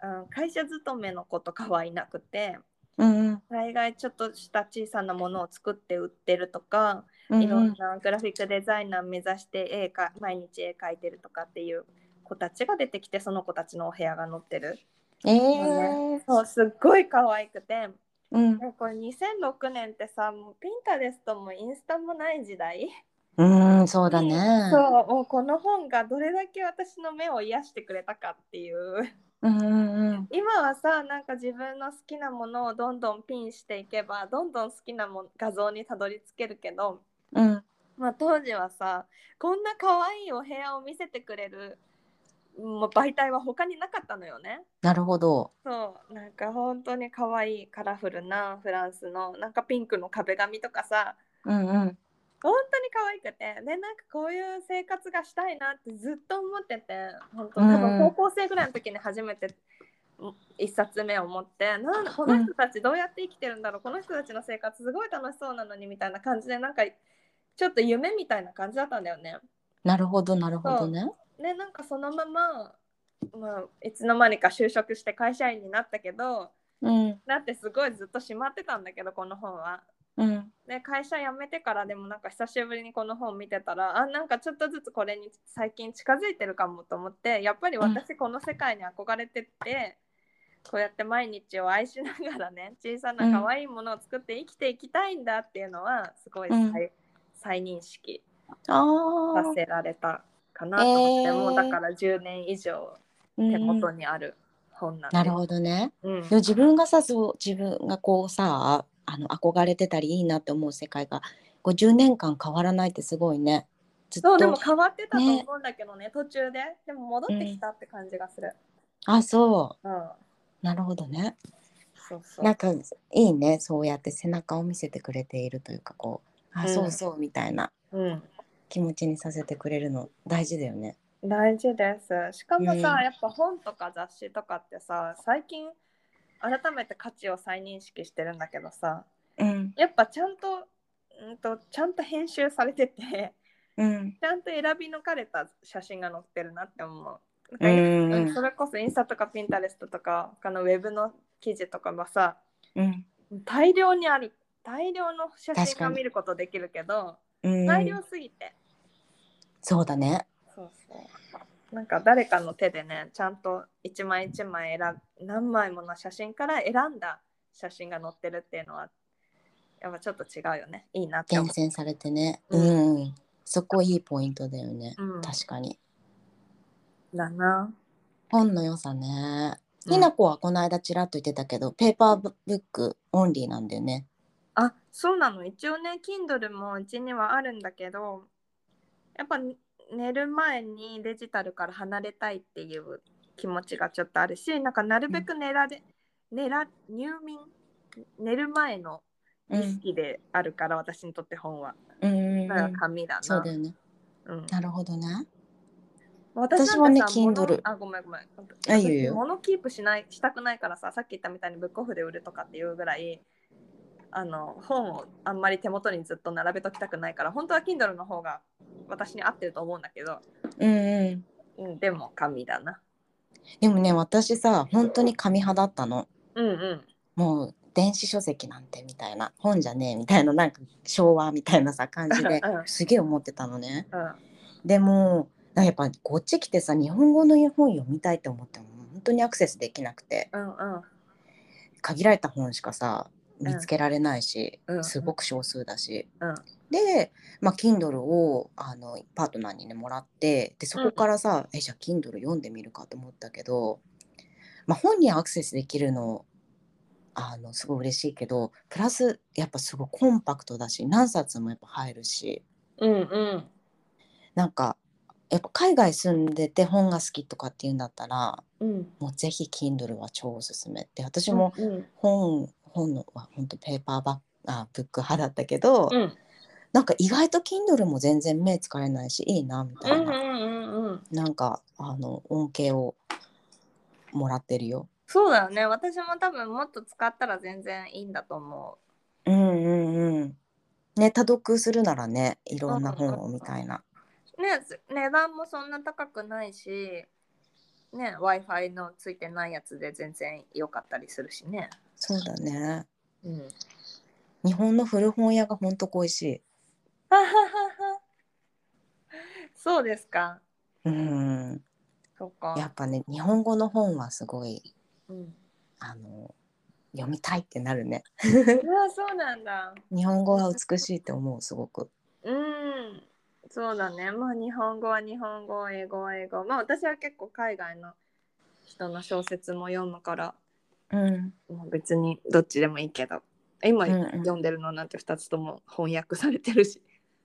S1: うん、会社勤めの子とかはいなくて
S2: うんうん
S1: 大概ちょっとした小さなものを作って売ってるとか、
S2: うん
S1: いろ
S2: うんん
S1: なグラフィックデザイナー目指して絵か毎日絵描いてるとかっていう子たちが出てきてその子たちのお部屋が載ってる。
S2: えー
S1: そうすっごい可愛くて
S2: うん
S1: でこれ2006年ってさもうピンタレストもインスタもない時代、
S2: うんそうだね
S1: そうもうこの本がどれだけ私の目を癒してくれたかっていう
S2: うんうんうん
S1: 今はさなんか自分の好きなものをどんどんピンしていけばどんどん好きなもん画像にたどり着けるけど、
S2: うん
S1: まあ、当時はさこんな可愛いお部屋を見せてくれるもう媒体は他になかったのよね。
S2: なるほど
S1: そうなんか本当に可愛いカラフルなフランスのなんかピンクの壁紙とかさ
S2: うんうん
S1: 本当に可愛くてでなんかこういう生活がしたいなってずっと思ってて本当多
S2: うん
S1: 分高校生ぐらいの時に初めてうん一冊目を持ってなんこの人たちどうやって生きてるんだろうこの人たちの生活すごい楽しそうなのにみたいな感じでなんかちょっと夢みたいな感じだったんだよね。
S2: なるほどなるほどね
S1: でなんかそのまま、まあ、いつの間にか就職して会社員になったけど
S2: うん
S1: だってすごいずっとしまってたんだけどこの本は。
S2: うん
S1: で会社辞めてからでもなんか久しぶりにこの本見てたらあなんかちょっとずつこれに最近近づいてるかもと思ってやっぱり私この世界に憧れてって、こうやって毎日を愛しながらね小さな可愛いものを作って生きていきたいんだっていうのはすごい再,、
S2: うん
S1: 再認識
S2: あ
S1: さ
S2: ー
S1: せられたかなと思って、
S2: えー
S1: もうだから10年以上
S2: うん
S1: 手
S2: うん
S1: 元にある本なんで。
S2: なるほどね
S1: うん
S2: でも自分がさそう自分がこうさあの憧れてたりいいなって思う世界がこう10年間変わらないってすごいねずっ
S1: そうで
S2: と
S1: も変わってたと思うんだけどね途中ででも戻ってきたって感じがする、
S2: あそ
S1: うん
S2: うなるほどね
S1: そうそう
S2: なんかいいねそうやって背中を見せてくれているというかこうあ、
S1: うん
S2: そうそうみたいな
S1: うん、
S2: 気持ちにさせてくれるの大事だよね
S1: 大事ですしかもさ、
S2: うん
S1: やっぱ本とか雑誌とかってさ最近改めて価値を再認識してるんだけどさ
S2: うん
S1: やっぱちゃんとうんとちゃんと編集されてて
S2: うん
S1: ちゃんと選び抜かれた写真が載ってるなって思う。
S2: うん
S1: なんかそれこそインスタとかピンタレストとか他のウェブの記事とかもさ
S2: うん
S1: 大量にある大量の写
S2: 確
S1: 真
S2: か
S1: が
S2: に
S1: 見ることできるけど
S2: うん
S1: 大量すぎて、
S2: そうだね
S1: そうそうなんか誰かの手でねちゃんと一枚一枚選ぶ何枚もの写真から選んだ写真が載ってるっていうのはやっぱちょっと違うよねいいなって
S2: 厳
S1: 思う
S2: 選されてねう
S1: うんん、
S2: そこいいポイントだよね、
S1: うん
S2: 確かに
S1: だな
S2: 本の良さね
S1: うん
S2: ひなこはこの間ちらっと言ってたけど、ペーパーブックオンリーなんだよね
S1: あそうなの一応ね Kindle もうちにはあるんだけどやっぱ寝る前にデジタルから離れたいっていう気持ちがちょっとあるしなんかなるべく寝られ、寝ら入眠寝る前の
S2: う
S1: 意
S2: ん
S1: 識であるから、私にとって本は
S2: うんうん
S1: だ
S2: う
S1: から
S2: ん
S1: 紙だな、
S2: そうだよね
S1: うん、
S2: なるほどね
S1: 私
S2: 私もね
S1: なんかさ
S2: Kindle
S1: 物あごめんごめん
S2: あいいよいいよ
S1: 物キープしないしたくないからささっき言ったみたいにブックオフで売るとかっていうぐらいあの本をあんまり手元にずっと並べときたくないから本当は Kindle の方が私に合ってると思うんだけど、
S2: うんうん
S1: うん、でも紙だな
S2: でもね私さ本当に紙派だったの
S1: うんうん
S2: もう電子書籍なんてみたいな本じゃねえみたいななんか昭和みたいなさ感じで
S1: うん
S2: すげえ思ってたのね
S1: うん
S2: でもなんかやっぱこっち来てさ日本語の本読みたいと思っても本当にアクセスできなくて
S1: うんうん
S2: 限られた本しかさ見つけられないし、
S1: うん
S2: すごく少数だし、
S1: うん
S2: で、まあ、Kindle をあのパートナーにねもらってでそこからさ、えじゃあ Kindle 読んでみるかと思ったけど、まあ、本にアクセスできるのあのすごい嬉しいけどプラスやっぱすごいコンパクトだし何冊もやっぱ入るし
S1: うんうん
S2: なんかやっぱ海外住んでて本が好きとかっていうんだったら
S1: うん
S2: もうぜひ Kindle は超おすすめって私も
S1: うん
S2: 本本のは本当ペーパーバッグあブック派だったけど、
S1: うん
S2: なんか意外と Kindle も全然目疲れないしいいなみ
S1: う
S2: たい
S1: んう
S2: な、
S1: んうんうん
S2: なんかあの恩恵をもらってるよ。
S1: そうだよね私も多分もっと使ったら全然いいんだと思
S2: うんうんうん。ね多読するならねいろんな本をみたいな。
S1: うねず値段もそんな高くないしね w i f i のついてないやつで全然良かったりするしね
S2: そうだね。
S1: うん
S2: 日本の古本屋が本当恋しい。
S1: あはははそうですか
S2: うん。
S1: そうか
S2: やっぱね日本語の本はすごい
S1: うん、
S2: あの読みたいってなるね。
S1: うわそうなんだ
S2: 日本語は美しいって思うすごく。
S1: うんそうだねまあ日本語は日本語英語は英語まあ私は結構海外の人の小説も読むから
S2: うん。
S1: もう別にどっちでもいいけど今
S2: うんうん
S1: 読んでるのなんて2つとも翻訳されてるし、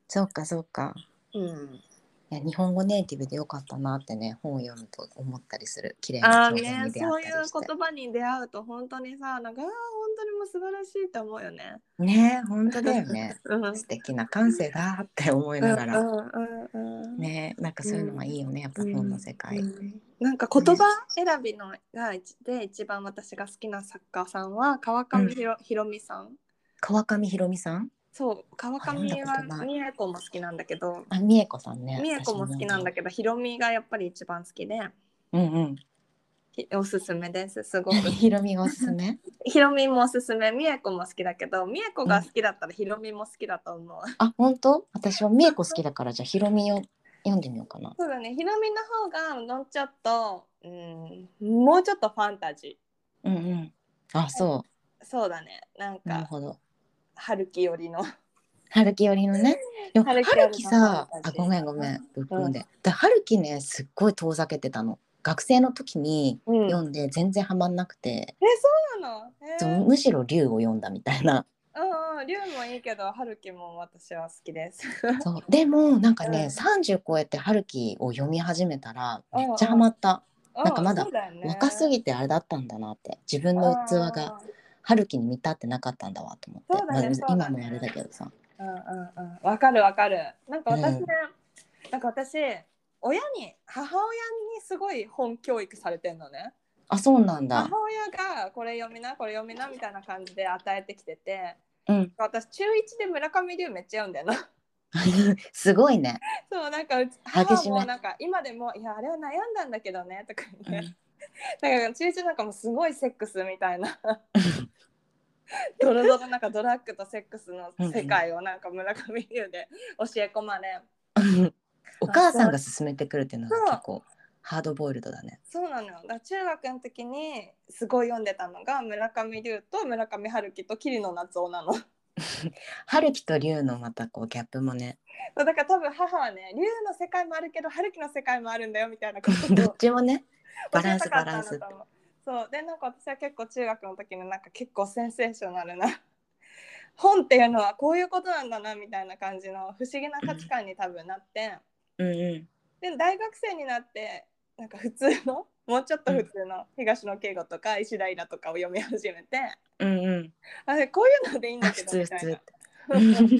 S2: そうかそうか。
S1: うん、
S2: いや日本語ネイティブでよかったなってね本を読むと思ったりする綺麗
S1: あ
S2: な
S1: あ
S2: 表
S1: ね
S2: 現に出会っ
S1: そう
S2: た
S1: い
S2: り
S1: う
S2: して
S1: 言葉に出会うと本当にさなんかあー本当にもう素晴らしいと思うよね。
S2: ね本当だよ ね
S1: うんうん
S2: 素敵な感性だって思いながら、
S1: うんうん
S2: ねなんかそういうのはいいよねやっぱ本の世界、
S1: うんなんか言葉選びのが一で一番私が好きな作家さんは川上ひろ,、ひろみさん。
S2: 川上ひろみさん
S1: そう川
S2: あ読ん
S1: 上
S2: だことな
S1: はい美恵子も好きなんだけど
S2: あ美恵子さんね
S1: 美恵子も好きなんだ
S2: け
S1: けどひろみがやっぱり一番好きで
S2: どうんうん
S1: ひおすすめですす ごく
S2: 何ひろみがおすすめ
S1: ひろみもおすすめ美恵子も好きだけど美恵子が好きだったらひろみも好きだと思う
S2: あ本当私は美恵子好きだからじゃあひろみを読んでみようかな
S1: そうだねひろみの方がもうちょっと、うん、もうちょっとファンタジ
S2: うんうんあそ
S1: ーそうだねなん
S2: うなる
S1: か
S2: ほど
S1: 春樹寄りの
S2: 春樹寄りのね。でも
S1: 春
S2: 春
S1: 樹寄りの
S2: 樹さ、
S1: ファン
S2: あ
S1: タジー
S2: ごめんごめん、ぶっ込んで。だ春樹ね、すっごい遠ざけてたの。学生の時に
S1: うん
S2: 読んで全然ハマんなくて、
S1: えそうなのえ
S2: そうむしろ龍を読んだみた いな。
S1: うんうん龍もいいけど春樹も私は好き です。
S2: そうでもなんか
S1: う
S2: ね、
S1: ん
S2: 三十超えて春樹を読み始めたら
S1: うん
S2: め
S1: うん
S2: っちゃハマった。
S1: なん
S2: かまだ若す
S1: ぎ
S2: ぎてあれだったんだなって、自分の器が春樹に見立ってなかったんだわと思って。
S1: そうだね
S2: まあ
S1: そうだね
S2: 今もあれだけどさ。
S1: うんうんうんわかるわかるなんか私ね、なんか私親に母親にすごい本教育されてんのね
S2: あそうなんだ
S1: 母。親がこれ読みなこれ読みなみたいな感じで与えてきてて
S2: うん。
S1: 私中1で村上龍めっちゃ読んだよな
S2: すごいね。
S1: そうなんかうち
S2: 激し
S1: 母
S2: め
S1: もなんか今でも「いやあれは悩んだんだけどね」とか言って、
S2: うん
S1: だから中1なんかもうすごいセックスみたいなドロドロなんかドラッグとセックスの世界をなんか村上龍で教え込まれ、
S2: お母さんが勧めてくるっていうのが結構ハードボイルドだね。
S1: そうなのよだから中学の時にすごい読んでたのが村上龍と村上春樹と桐野夏生なの
S2: 春樹と龍のまたこうギャップもね、
S1: だから多分母はね龍の世界もあるけど春樹の世界もあるんだよみたいなこと
S2: ど
S1: を
S2: っち もね、バ
S1: 教
S2: ラ
S1: え
S2: ンス
S1: たか
S2: バ
S1: っ
S2: ラ
S1: た
S2: ン
S1: んだ
S2: ス
S1: と。思うそうでなんか私は結構中学の時のなんか結構センセーショナルな 本っていうのはこういうことなんだなみたいな感じの不思議な価値観に多分なって
S3: うんう
S1: で大学生になってなんか普通の もうちょっと普通の東野圭吾とか石田イラとかを読み始めて
S3: んうんうん
S1: あれこういうのでいいん
S2: あ
S1: だけ
S2: 普
S1: どみ
S2: 通普
S1: たい
S2: 通
S1: な
S2: って。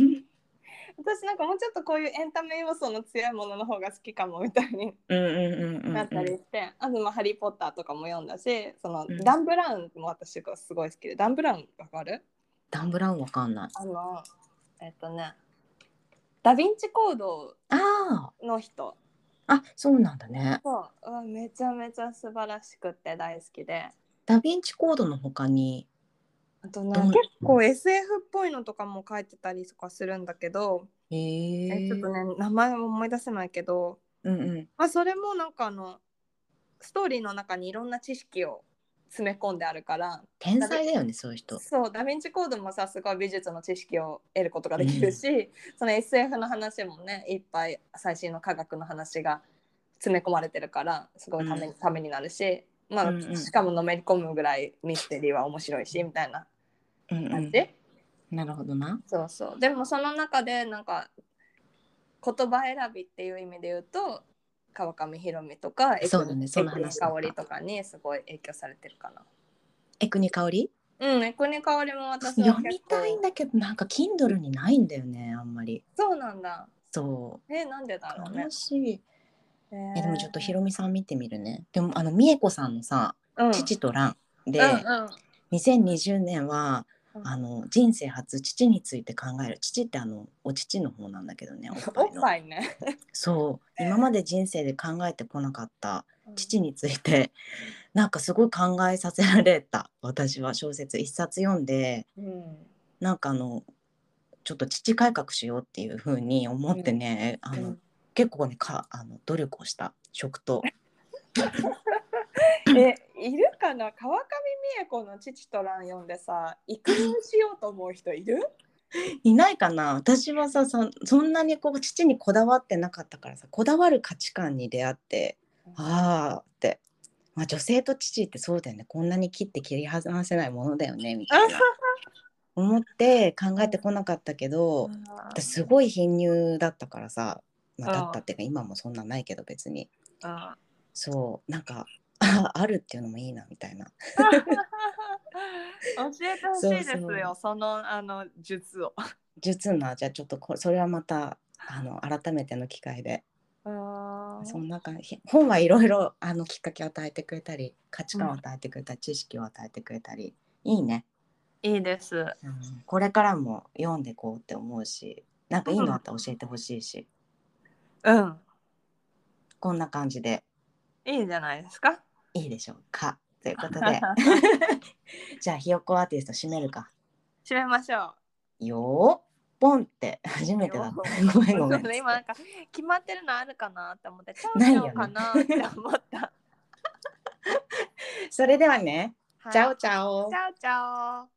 S1: 私なんかもうちょっとこういうエンタメ要素の強いものの方が好きかもみたいに
S3: うんうんうんうん
S1: なったりして、あとまあ「ハリー・ポッター」とかも読んだしその、
S2: うん
S1: ダン・ブラウンも私がすごい好きでダン・ブラウンわかる
S2: ダンブラウンわかんない。
S1: あのえっとねダ・ヴィンチコード
S2: あ
S1: の人
S2: あ、あそうなんだね。
S1: そううわめちゃめちゃ素晴らしくて大好きで
S2: ダヴィンチコードの他に、
S1: あと
S2: ど
S1: ね
S2: ん
S1: 結構 SF っぽいのとかも書いてたりとかするんだけど、
S2: え
S1: え
S2: ー
S1: ちょっとね名前も思い出せないけど、
S3: うんうん
S1: まあ、それもなんかあのストーリーの中にいろんな知識を詰め込んであるから
S2: 天才だよねそういう人。
S1: そうダヴィンチコードもさすごい美術の知識を得ることができるし、その SF の話もねいっぱい最新の科学の話が詰め込まれてるからすごいため,、
S2: うん
S1: ためになるし、まあ
S2: うんうん
S1: しかものめり込むぐらいミステリーは面白いしみたいな
S2: うんう
S1: 感
S2: ん
S1: じ、。
S2: なるほどな。
S1: そうそうでもその中でなんか言葉選びっていう意味で言うと川上弘美とか
S2: そうだねその話だ
S1: 香
S2: った
S1: 織とかにすごい影響されてるかな。
S2: エクニカオリ？
S1: うん、エクニカオリも私は
S2: 読み
S1: 結構
S2: たいんだけどなんか Kindle にないんだよねあんまり。
S1: そうなんだ。
S2: そ
S1: えなんでだろ
S2: う。
S1: うね
S2: 悲。しい。え
S1: え
S2: でもちょっとひろみさん見てみるね。でもあの美恵子さんのさ
S1: うん、
S2: 父と蘭で、
S1: うんうん、
S2: 2020年は
S1: うん
S2: あの人生初父について考える父ってあのお乳の方なんだけど ねおっぱ
S1: おっ
S2: いの
S1: ぱいね。
S2: そう今まで人生で考えてこなかった 父についてなんかすごい考えさせられた私は小説一冊読んで
S1: うん。
S2: なんかあのちょっと父改革しようっていう風に思ってね、あの結構ねかあの努力をした食と
S1: えいるかな川上美恵子の父と蘭読んでさ育休しようと思う人いる？
S2: いないかな私はさそそんなにこう父にこだわってなかったからさこだわる価値観に出会ってああって、まあ、女性と父ってそうだよねこんなに切って切り離せないものだよねみたいな思って考えてこなかったけど私すごい貧乳だったからさ、まあ、だったっていうか今もそんなないけど別に
S1: あ
S2: そうなんか ああるっていうのもいいなみたいな
S1: 教えてほしいですよ
S2: そう
S1: そ
S2: そう
S1: のあの術を。
S2: 術なじゃあちょっとこれそれはまたあの改めての機会で
S1: あ
S2: そんな感じ本はいろいろあのきっかけを与えてくれたり価値観を与えてくれたり、知識を与えてくれたりいいね、
S1: いいです。
S2: うんこれからも読んでこうって思うしなんかいいのあったら教えてほしいし、
S1: うん。
S2: こんな感じで
S1: いいんじゃないですか。
S2: いいでしょうかということ でじゃあひよこアーティスト締めるか
S1: 締めましょう。
S2: よーポンって初めてだった ごめんごめん
S1: 今なんか決まってるのあるかなって思って、ちょう
S2: ない
S1: ち
S2: よ
S1: ょ
S2: ね
S1: うかなって思 った。
S2: それではねチャオチャオ
S1: チャオチャオ。